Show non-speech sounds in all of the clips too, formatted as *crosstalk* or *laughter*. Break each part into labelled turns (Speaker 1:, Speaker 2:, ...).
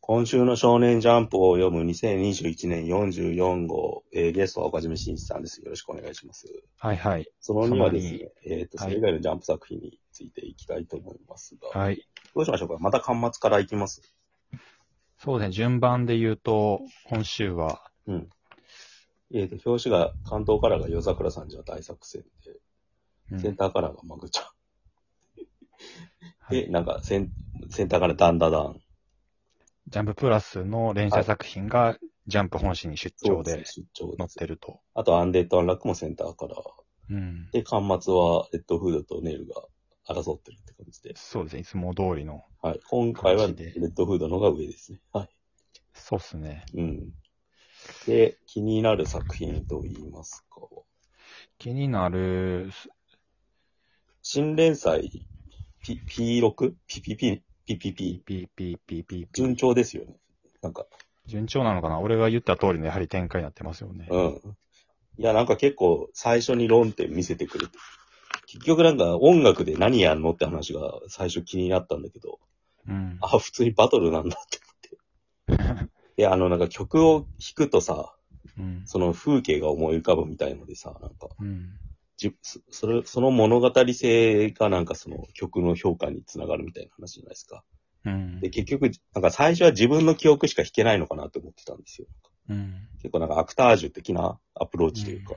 Speaker 1: 今週の少年ジャンプを読む2021年44号、えーゲストは岡島真一さんです。よろしくお願いします。
Speaker 2: はいはい。
Speaker 1: その2はですね、えっ、と、
Speaker 2: は
Speaker 1: そ
Speaker 2: い
Speaker 1: れ以外のジャンプ作品についていきたいと思いますが、
Speaker 2: はい。
Speaker 1: どうしましょうかまた巻末からいきます。
Speaker 2: そうですね、順番で言うと、今週は、
Speaker 1: うん。えっ、と、表紙が、関東カラーが夜桜さんじゃ大作戦
Speaker 2: う
Speaker 1: で、
Speaker 2: ん
Speaker 1: センターカラーがマグちゃん。
Speaker 2: は
Speaker 1: で、
Speaker 2: い
Speaker 1: なんかセン、センターからダンダダン。
Speaker 2: ジャンププラスの連載作品が、ジャンプ本誌に出張
Speaker 1: そう
Speaker 2: です
Speaker 1: ね出張
Speaker 2: 載っ
Speaker 1: です。
Speaker 2: てると。
Speaker 1: あと、アンデッド・アンラックもセンターから。
Speaker 2: うん。
Speaker 1: で、巻末は、レッドフードとネイルが争ってるって感じで。
Speaker 2: そうですね、いつも通りの。
Speaker 1: はい。今回は、レ
Speaker 2: 感じで
Speaker 1: ッドフードの方が上ですね。は
Speaker 2: そうっすね。
Speaker 1: い。うん。で、気になる作品と言いますか。
Speaker 2: 気になる、
Speaker 1: 新連載、P、P6? PPP? PPP?
Speaker 2: ピーピーピーピーピー。
Speaker 1: 順調ですよね。なんか、
Speaker 2: 順調なのかな俺が言った通りのやはり展開になってますよね。
Speaker 1: うん。いや、なんか結構最初に論点見せてくれて。結局なんか音楽で何やんのって話が最初気になったんだけど、
Speaker 2: うん。
Speaker 1: あ、普通にバトルなんだって *laughs* 思って。で、あのなんか曲を弾くとさ、
Speaker 2: うん。
Speaker 1: その風景が思い浮かぶみたいのでさ、なんか、
Speaker 2: うん。
Speaker 1: じそそれその物語性がなんかその曲の評価につながるみたいな話じゃないですか。
Speaker 2: うん
Speaker 1: で、。結局、なんか最初は自分の記憶しか弾けないのかなって思ってたんですよ。
Speaker 2: うん。
Speaker 1: 結構なんかアクタージュ的なアプローチというか、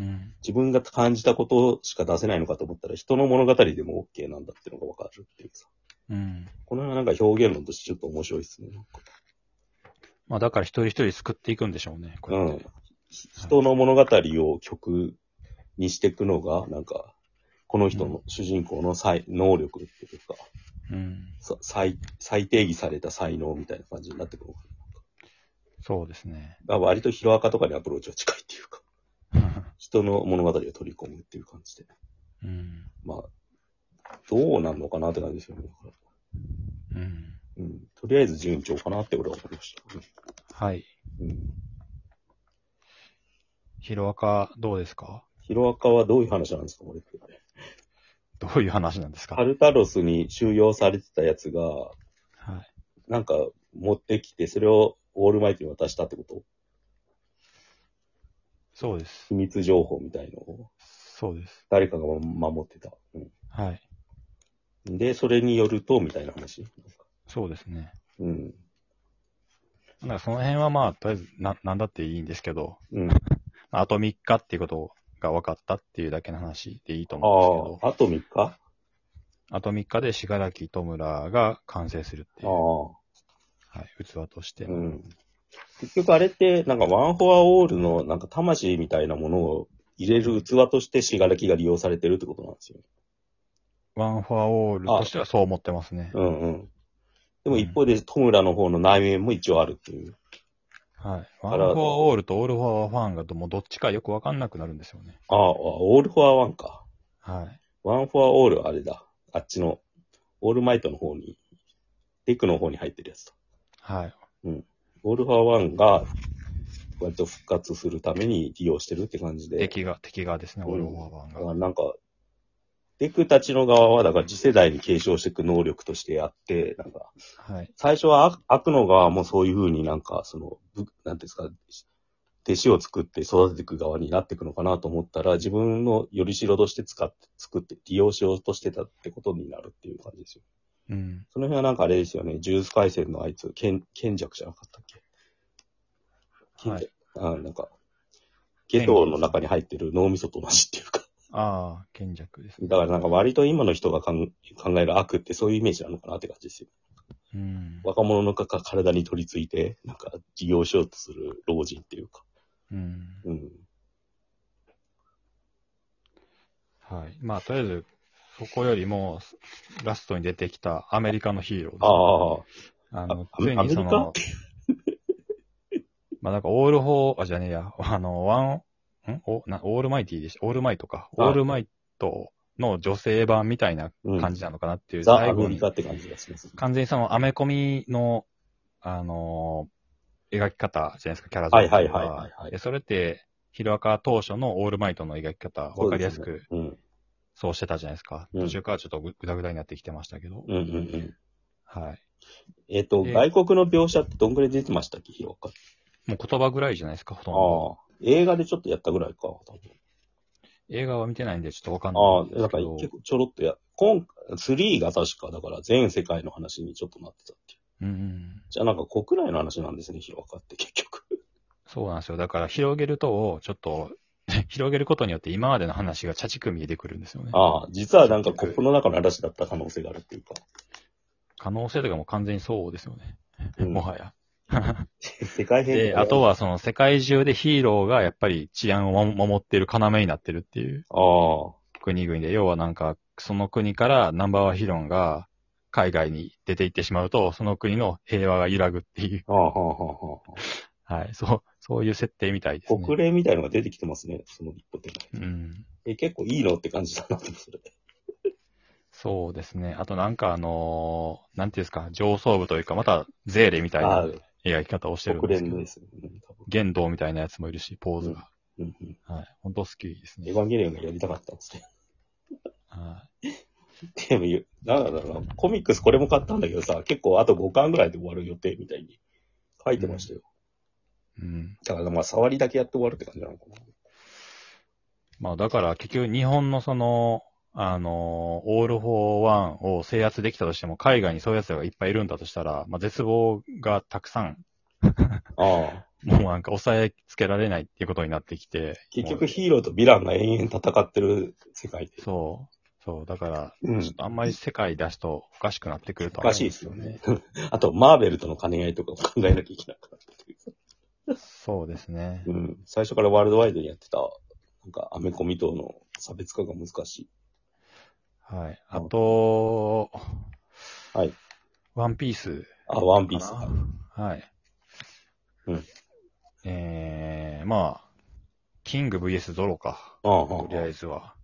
Speaker 2: うん。
Speaker 1: 自分が感じたことしか出せないのかと思ったら、人の物語でも OK なんだってのがわかるっていうさ。
Speaker 2: うん。
Speaker 1: この辺はなんか表現論としてちょっと面白いですね。なんか
Speaker 2: まあだから一人一人救っていくんでしょうね、こう
Speaker 1: う
Speaker 2: やっ
Speaker 1: ん
Speaker 2: て。。
Speaker 1: ひ人の物語を曲にしていくのが、なんか、この人の主人公の才能力っていうか、
Speaker 2: うん。
Speaker 1: さ再再定義された才能みたいな感じになってくるのか
Speaker 2: そうですね。 *laughs*
Speaker 1: な。まあ割とヒロアカとかにアプローチは近いっていうか、人の物語を取り込むっていう感じで。
Speaker 2: うん。
Speaker 1: まあ、どうなんのかなって感じですよね。だから
Speaker 2: うん。
Speaker 1: うんとりあえず順調かなって俺は思いました、ね。
Speaker 2: はい。
Speaker 1: うん。
Speaker 2: ヒロアカ、どうですか
Speaker 1: ヒロアカはどういう話なんですか、これって。
Speaker 2: どういう話なんですか
Speaker 1: カルタロスに収容されてたやつが、
Speaker 2: はい。
Speaker 1: なんか持ってきて、それをオールマイトに渡したってこと
Speaker 2: そうです
Speaker 1: 秘。密情報みたいのを
Speaker 2: そうです。
Speaker 1: 誰かが守ってた。う
Speaker 2: はい。
Speaker 1: ん、で、それによると、みたいな話。
Speaker 2: そうですね。
Speaker 1: うん。
Speaker 2: なんかその辺はまあ、とりあえず、な、なんだっていいんですけど、
Speaker 1: うん。
Speaker 2: あと3日っていうことが分かったっていうだけの話でいいと
Speaker 1: あ
Speaker 2: 思うんですけ
Speaker 1: あ、あと3日あ
Speaker 2: ど、あと3日で信楽糸村が完成するっ
Speaker 1: あ
Speaker 2: ていう、は
Speaker 1: ー。
Speaker 2: い、器として。
Speaker 1: うん。結局あれって、なんかワンフォアオールのなんか魂みたいなものを入れる器として死柄木が利用されてるってことなんですよね。
Speaker 2: ワンフォアオールとしてはそう思ってますね。
Speaker 1: うんうん。でも一方で、トムラの方の内面も一応あるっていう。
Speaker 2: はい。
Speaker 1: ら
Speaker 2: ワンフォアオールとオールフォアファンがもうどっちかよく分かんなくなるんですよね。
Speaker 1: ああ、オール・フォア・ワンか。
Speaker 2: はい。
Speaker 1: ワン・フォア・オールあれだ。あっちの、オールマイトの方に、デクの方に入ってるやつだ。
Speaker 2: はい。
Speaker 1: オール・フォア・ワンが、割と復活するために利用してるって感じで。
Speaker 2: 敵が、敵がですね、
Speaker 1: うん
Speaker 2: オールフォアファン
Speaker 1: だ
Speaker 2: が。
Speaker 1: からなんか、デクたちの側は、だから次世代に継承していく能力としてあって、なんか、
Speaker 2: はい。
Speaker 1: 最初は悪悪の側もそういうふうになんか、その、ぶなんていうんですか、弟子を作って育てていく側になっていくのかなと思ったら、自分のよりしろとして使って、作って、利用しようとしてたってことになるっていう感じですよ。
Speaker 2: うん。
Speaker 1: その辺はなんかあれですよね、ジュース回線のあいつ、賢賢弱じゃなかったっけ賢
Speaker 2: はい。
Speaker 1: 弱、あなんか、ゲトの中に入ってる脳みそと同じっていうか。
Speaker 2: ああ、賢弱ですね。
Speaker 1: だからなんか割と今の人がかん考える悪ってそういうイメージなのかなって感じですよ。
Speaker 2: うん。
Speaker 1: 若者のかか体に取り付いて、なんか、事業しようとする老人っていうか。
Speaker 2: うん。
Speaker 1: うん。
Speaker 2: はい。まあ、とりあえず、そこよりも、ラストに出てきたアメリカのヒーローですね、
Speaker 1: ああ、あ
Speaker 2: あ
Speaker 1: あ
Speaker 2: の、
Speaker 1: ア
Speaker 2: つ
Speaker 1: メ
Speaker 2: いにそ
Speaker 1: ア
Speaker 2: の、 *laughs* まあなんかオールフォー、あ、じゃねえや、あの、ワン、んおなオールマイティでしょオールマイトか。
Speaker 1: はい
Speaker 2: オールマイトの女性版みたいな
Speaker 1: うん
Speaker 2: 感じなのかなっていう。
Speaker 1: ザ・
Speaker 2: 最
Speaker 1: ア
Speaker 2: 後
Speaker 1: メリ
Speaker 2: に
Speaker 1: カ、って感じがします。
Speaker 2: 完全にそのアメコミの、あのー描き方じゃないですか、キャラ像
Speaker 1: はいはいはいはいはい
Speaker 2: でそれって、ヒロアカ当初のオールマイトの描き方、わかりやすく
Speaker 1: うん。
Speaker 2: そうしてたじゃないですか。
Speaker 1: うん
Speaker 2: 途中からちょっとぐぐだぐだになってきてましたけど。
Speaker 1: うんうんうん。
Speaker 2: はい。
Speaker 1: えっ、と、
Speaker 2: ええ
Speaker 1: 外国の描写ってどんぐらい出てましたっけ、ヒロカ。
Speaker 2: もう言葉ぐらいじゃないですか、ほとんど。
Speaker 1: ああ。映画でちょっとやったぐらいか。多分
Speaker 2: 映画は見てないんで、ちょっとわかん
Speaker 1: ああ、
Speaker 2: ないんで
Speaker 1: だ
Speaker 2: す
Speaker 1: から
Speaker 2: けど。
Speaker 1: 結構ちょろっとや、今、3が確か、だから全世界の話にちょっとなってたっけ。
Speaker 2: うんうん。
Speaker 1: じゃあなんか国内の話なんですね、ヒロカって結局。 *laughs*
Speaker 2: そうなんですよ。だから広げると、ちょっと、 *laughs* 広げることによって今までの話が茶ちく見えてくるんですよね。
Speaker 1: ああ、実はなんかコップの中の嵐だった可能性があるっていうか。
Speaker 2: 可能性とかもう完全にそうですよね。
Speaker 1: うん
Speaker 2: もはや。
Speaker 1: 世界編
Speaker 2: で、あと
Speaker 1: は。
Speaker 2: はその世界中でヒーローがやっぱり治安を守っている要になってるっていう
Speaker 1: ああ。
Speaker 2: 国々で、要はなんか、その国からナンバーワンヒーローが海外に出て行ってしまうと、その国の平和が揺らぐっていう、
Speaker 1: ああ、はあ、はあ、はあ。
Speaker 2: はい、そう、そういう設定みたいですね。
Speaker 1: 国連みたいのが出てきてますね、その一歩手前。
Speaker 2: うん。
Speaker 1: え、結構いいのって感じだなって、それ。
Speaker 2: そうですね。あとなんかあのーなんていうんですか、上層部というか、またゼーレみたい
Speaker 1: ああ
Speaker 2: な、描き方をしてるん
Speaker 1: 国
Speaker 2: です
Speaker 1: 連
Speaker 2: けど
Speaker 1: で、すよね。多分
Speaker 2: 言動みたいなやつもいるし、ポーズが。
Speaker 1: うんうん。
Speaker 2: はい、本当好きです
Speaker 1: エ
Speaker 2: ね
Speaker 1: ヴ。ァンゲリオンがやりたかったんですね。
Speaker 2: はい
Speaker 1: でも言う、なんだろうな、コミックスこれも買ったんだけどさ、結構あと5巻ぐらいで終わる予定みたいに書いてましたよ。
Speaker 2: うん。
Speaker 1: だからまあ、触りだけやって終わるって感じなのかな。
Speaker 2: まあだから結局日本のその、あの、オール・フォー・ワンを制圧できたとしても、海外にそういう奴らがいっぱいいるんだとしたら、まあ絶望がたくさん、
Speaker 1: ああ。
Speaker 2: もうなんか抑えつけられないっていうことになってきて。
Speaker 1: 結
Speaker 2: も
Speaker 1: 局ヒーローとヴィランが延々戦ってる世界で
Speaker 2: う。そう。そう。だから、
Speaker 1: うん
Speaker 2: ちょっとあんまり世界出すとおかしくなってくると
Speaker 1: お
Speaker 2: は
Speaker 1: かしいですよね。あと、マーベルとの兼ね合いとかを考えなきゃいけなくなってくる。
Speaker 2: そうですね。
Speaker 1: うん。最初からワールドワイドにやってた、なんか、アメコミ等の差別化が難しい。
Speaker 2: はい。あと、
Speaker 1: はい。
Speaker 2: ワンピース。
Speaker 1: あ、ワンピース。
Speaker 2: かなはい。
Speaker 1: うん。
Speaker 2: えー、まあ、キング VS ゾロか。
Speaker 1: ああ、
Speaker 2: とりあ
Speaker 1: あ
Speaker 2: えずは。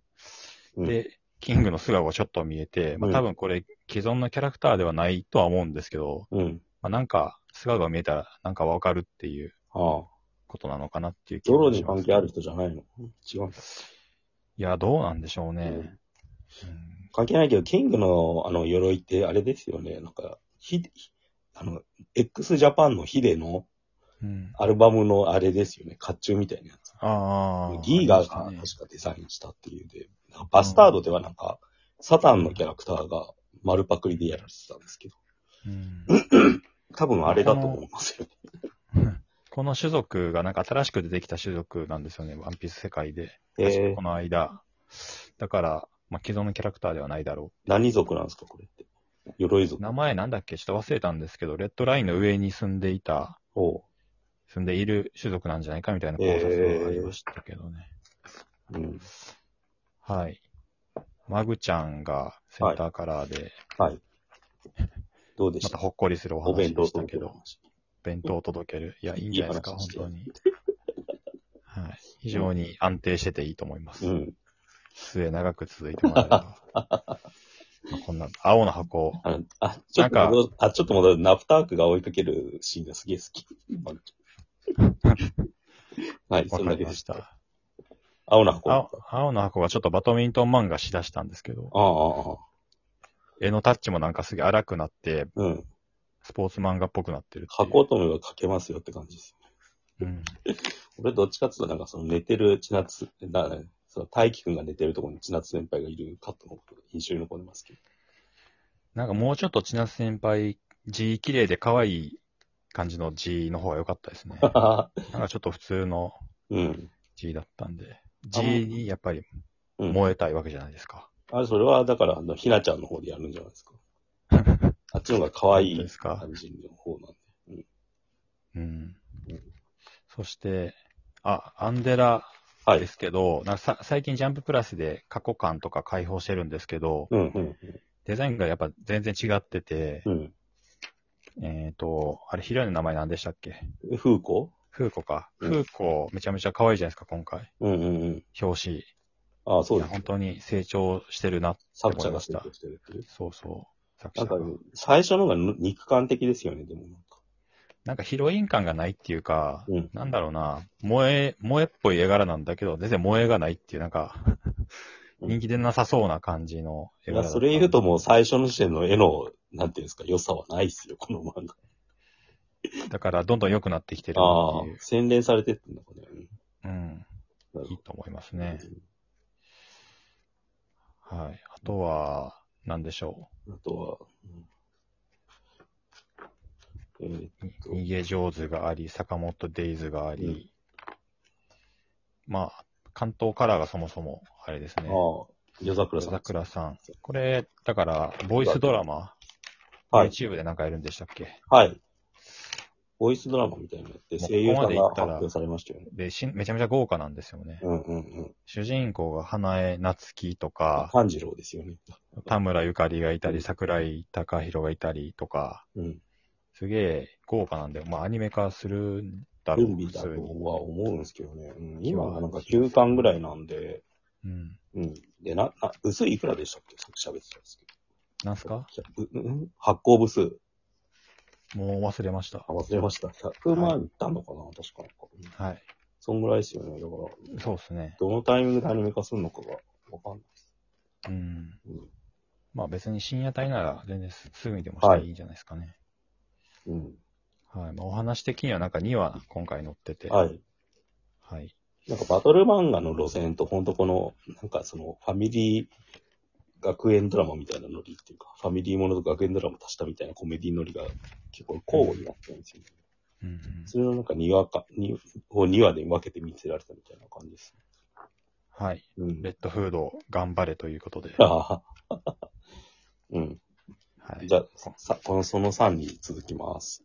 Speaker 1: うん
Speaker 2: で、キングの素顔がちょっと見えて、まあ
Speaker 1: うん
Speaker 2: 多分これ既存のキャラクターではないとは思うんですけど、
Speaker 1: うん。
Speaker 2: まあなんか素顔が見えたらなんかわかるっていう
Speaker 1: ああ。
Speaker 2: ことなのかなっていう気
Speaker 1: ゾロ
Speaker 2: が
Speaker 1: に
Speaker 2: しま
Speaker 1: 関
Speaker 2: す。
Speaker 1: 係ある人じゃないの違うんだ。
Speaker 2: いや、どうなんでしょうね。
Speaker 1: うん
Speaker 2: うん
Speaker 1: 関係ないけど、キングのあの鎧ってあれですよね。なんか、ヒデ、あの、x ジャパンのヒデの
Speaker 2: うん、
Speaker 1: アルバムのあれですよね。甲冑みたいなやつ。
Speaker 2: ああ。
Speaker 1: ギーガー
Speaker 2: あ
Speaker 1: が
Speaker 2: りまし
Speaker 1: 確かデザインしたっていうで、なんかバスタードではなんか、サタンのキャラクターが丸パクリでやられてたんですけど、
Speaker 2: たね
Speaker 1: 多分あれだと思いますよ。
Speaker 2: うん、この種族がなんか新しく出てきた種族なんですよね、ワンピース世界で。
Speaker 1: えー
Speaker 2: こ、の間。だから、まあ、既存のキャラクターではないだろ
Speaker 1: 何族なんですか、これって。鎧
Speaker 2: う。
Speaker 1: 族。
Speaker 2: 名前なんだっけちょっと忘れたんですけど、レッドラインの上に住んでいた、
Speaker 1: おう
Speaker 2: 住んでいる種族なんじゃないかみたいな考察がありましたけどね。
Speaker 1: うん。
Speaker 2: はい。マグちゃんがセンターカラーで、
Speaker 1: はい。どうでし
Speaker 2: また
Speaker 1: た
Speaker 2: ほっこりするお
Speaker 1: お
Speaker 2: 話
Speaker 1: 弁
Speaker 2: で
Speaker 1: 当
Speaker 2: した
Speaker 1: 届け
Speaker 2: けど
Speaker 1: の、話
Speaker 2: 弁当を届ける。いや、いいんじゃないですか、
Speaker 1: いい話
Speaker 2: 本
Speaker 1: して
Speaker 2: 当に。
Speaker 1: *laughs*
Speaker 2: はい。非常に安定してていいと思います。
Speaker 1: うん。
Speaker 2: 末長く続いてもらえ
Speaker 1: *laughs*
Speaker 2: れば。まあこんな、青の箱。
Speaker 1: あの、あ、ちょっと
Speaker 2: なんか
Speaker 1: 戻る、あ、ちょっと戻る。ナプタークが追いかけるシーンがすげえ好
Speaker 2: *laughs*
Speaker 1: き。はい、
Speaker 2: わ
Speaker 1: そん
Speaker 2: か
Speaker 1: だ
Speaker 2: り
Speaker 1: け
Speaker 2: ま
Speaker 1: で
Speaker 2: し
Speaker 1: したた。。青な箱。あ
Speaker 2: 青青の箱がちょっとバドミントン漫画しだしたんですけど、
Speaker 1: あ、ああ、
Speaker 2: 絵のタッチもなんかすげえ荒くなって、
Speaker 1: うん。
Speaker 2: スポーツ漫画っぽくなってるっていう
Speaker 1: 書こうと思えば書けますよって感じです。
Speaker 2: うん。
Speaker 1: 俺どっちかっていうとなんかその寝てる千夏、な、その大輝くんが寝てるところに千夏先輩がいるカットのことが印象に残りますけど。
Speaker 2: なんかもうちょっと千夏先輩、字綺麗で可愛い感じの字の方が良かったで
Speaker 1: *laughs*
Speaker 2: すね。 *laughs* なんかちょっと普通の
Speaker 1: うん。
Speaker 2: 字だったんで、字にやっぱり
Speaker 1: うん。
Speaker 2: 燃えたいわけじゃないですか。
Speaker 1: あれ、それはだから、あの、ひなちゃんの方でやるんじゃないです
Speaker 2: *laughs*
Speaker 1: か。あっちの方が可愛
Speaker 2: 本当
Speaker 1: い
Speaker 2: ですか。
Speaker 1: 感じの方なんで。
Speaker 2: うん
Speaker 1: うん。
Speaker 2: そして、あ、アンデラ
Speaker 1: は
Speaker 2: で
Speaker 1: い。
Speaker 2: すけど、なんかさ最近ジャンププラスで過去感とか解放してるんですけど、
Speaker 1: うん、うん、
Speaker 2: デザインがやっぱ全然違ってて、
Speaker 1: うん。
Speaker 2: えっ、と、あれ、ヒロインの名前何でしたっけ
Speaker 1: え風子
Speaker 2: フーコか。
Speaker 1: うん
Speaker 2: フーコ、めちゃめちゃ可愛いじゃないですか、今回。
Speaker 1: うん、うん、うん。
Speaker 2: 表紙。
Speaker 1: ああ、そう
Speaker 2: い
Speaker 1: で
Speaker 2: や
Speaker 1: すね
Speaker 2: 本。当に成長してるな。
Speaker 1: 作者が成長してるっていう。
Speaker 2: そうそう。作
Speaker 1: な
Speaker 2: 者
Speaker 1: んか
Speaker 2: が。、
Speaker 1: 最初のが肉感的ですよね、でもなんか。
Speaker 2: なんかヒロイン感がないっていうか、
Speaker 1: うん
Speaker 2: なんだろうな、萌え、萌えっぽい絵柄なんだけど、全然萌えがないっていう、なんか、人気でなさそうな感じの絵
Speaker 1: い
Speaker 2: 柄
Speaker 1: や、
Speaker 2: だった
Speaker 1: それいるともう最初の時点の絵の、なんていうんですか、良さはないっすよ、この漫画。
Speaker 2: だから、どんどん良くなってきてる
Speaker 1: ああ
Speaker 2: ってい、
Speaker 1: 洗練されてってんのかね。
Speaker 2: う。うん。
Speaker 1: うん
Speaker 2: いいと思いますね。。はい。あとは、なんでしょ
Speaker 1: あとは、うんえー
Speaker 2: う。に逃げ上手があり、坂本デイズがあり。まあ、関東カラーがそもそも、あれですね。
Speaker 1: ああ、夜桜さん。
Speaker 2: 桜さん。これ、だから、ボイスドラマ、
Speaker 1: はい。
Speaker 2: YouTube でなんかやるんでしたっけ
Speaker 1: はい。ボイスドラマみたいなのやって、
Speaker 2: もう
Speaker 1: 声優さ
Speaker 2: ここま
Speaker 1: ん
Speaker 2: で
Speaker 1: が
Speaker 2: 行っ
Speaker 1: 発
Speaker 2: たら
Speaker 1: 表されましたよね。
Speaker 2: でしん、めちゃめちゃ豪華なんですよね。
Speaker 1: うんうんうん。
Speaker 2: 主人公が花江夏樹とか、
Speaker 1: 炭治郎ですよね。
Speaker 2: 田村ゆかりがいた
Speaker 1: うん
Speaker 2: り、桜井貴弘がいたりとか、
Speaker 1: うん。
Speaker 2: すげえ豪華なんで、まあアニメ化するんだろう、
Speaker 1: 準備
Speaker 2: 普
Speaker 1: だ
Speaker 2: 通
Speaker 1: と
Speaker 2: に。
Speaker 1: は思うんですけどね。うん、今はなんか9巻ぐらいなんで、
Speaker 2: うん。
Speaker 1: うん。で、な、な薄いいくらでしたっけさっき喋ってたんですけ
Speaker 2: なんすか
Speaker 1: ど。ううん発行部数。
Speaker 2: もう忘れました
Speaker 1: あ、。忘れました。100万いったのかな、確かに。
Speaker 2: はい。
Speaker 1: そんぐらいですよね。だから、
Speaker 2: そうですね。
Speaker 1: どのタイミングでアニメ化するのかがわかんないです。
Speaker 2: うん。
Speaker 1: うん
Speaker 2: まあ別に深夜帯なら全然すすぐにでもしていいんじゃないですかね。
Speaker 1: うん。
Speaker 2: はい。まあお話的にはなんか2話今回載ってて。。
Speaker 1: はいい。
Speaker 2: はい。
Speaker 1: なんかバトル漫画の路線と、ほんとこの、なんかその、ファミリー、学園ドラマみたいなノリっていうか、ファミリーものと学園ドラマ足したみたいなコメディノリが結構交互になってるんですよね。
Speaker 2: うんうん
Speaker 1: それをなんか2話か、にを2話で分けて見せられたみたいな感じです。
Speaker 2: はい。
Speaker 1: うん
Speaker 2: レッドフード頑張れということで。は
Speaker 1: あ *laughs* あ。うん。
Speaker 2: い。
Speaker 1: じゃあ、さ、この、その3に続きます。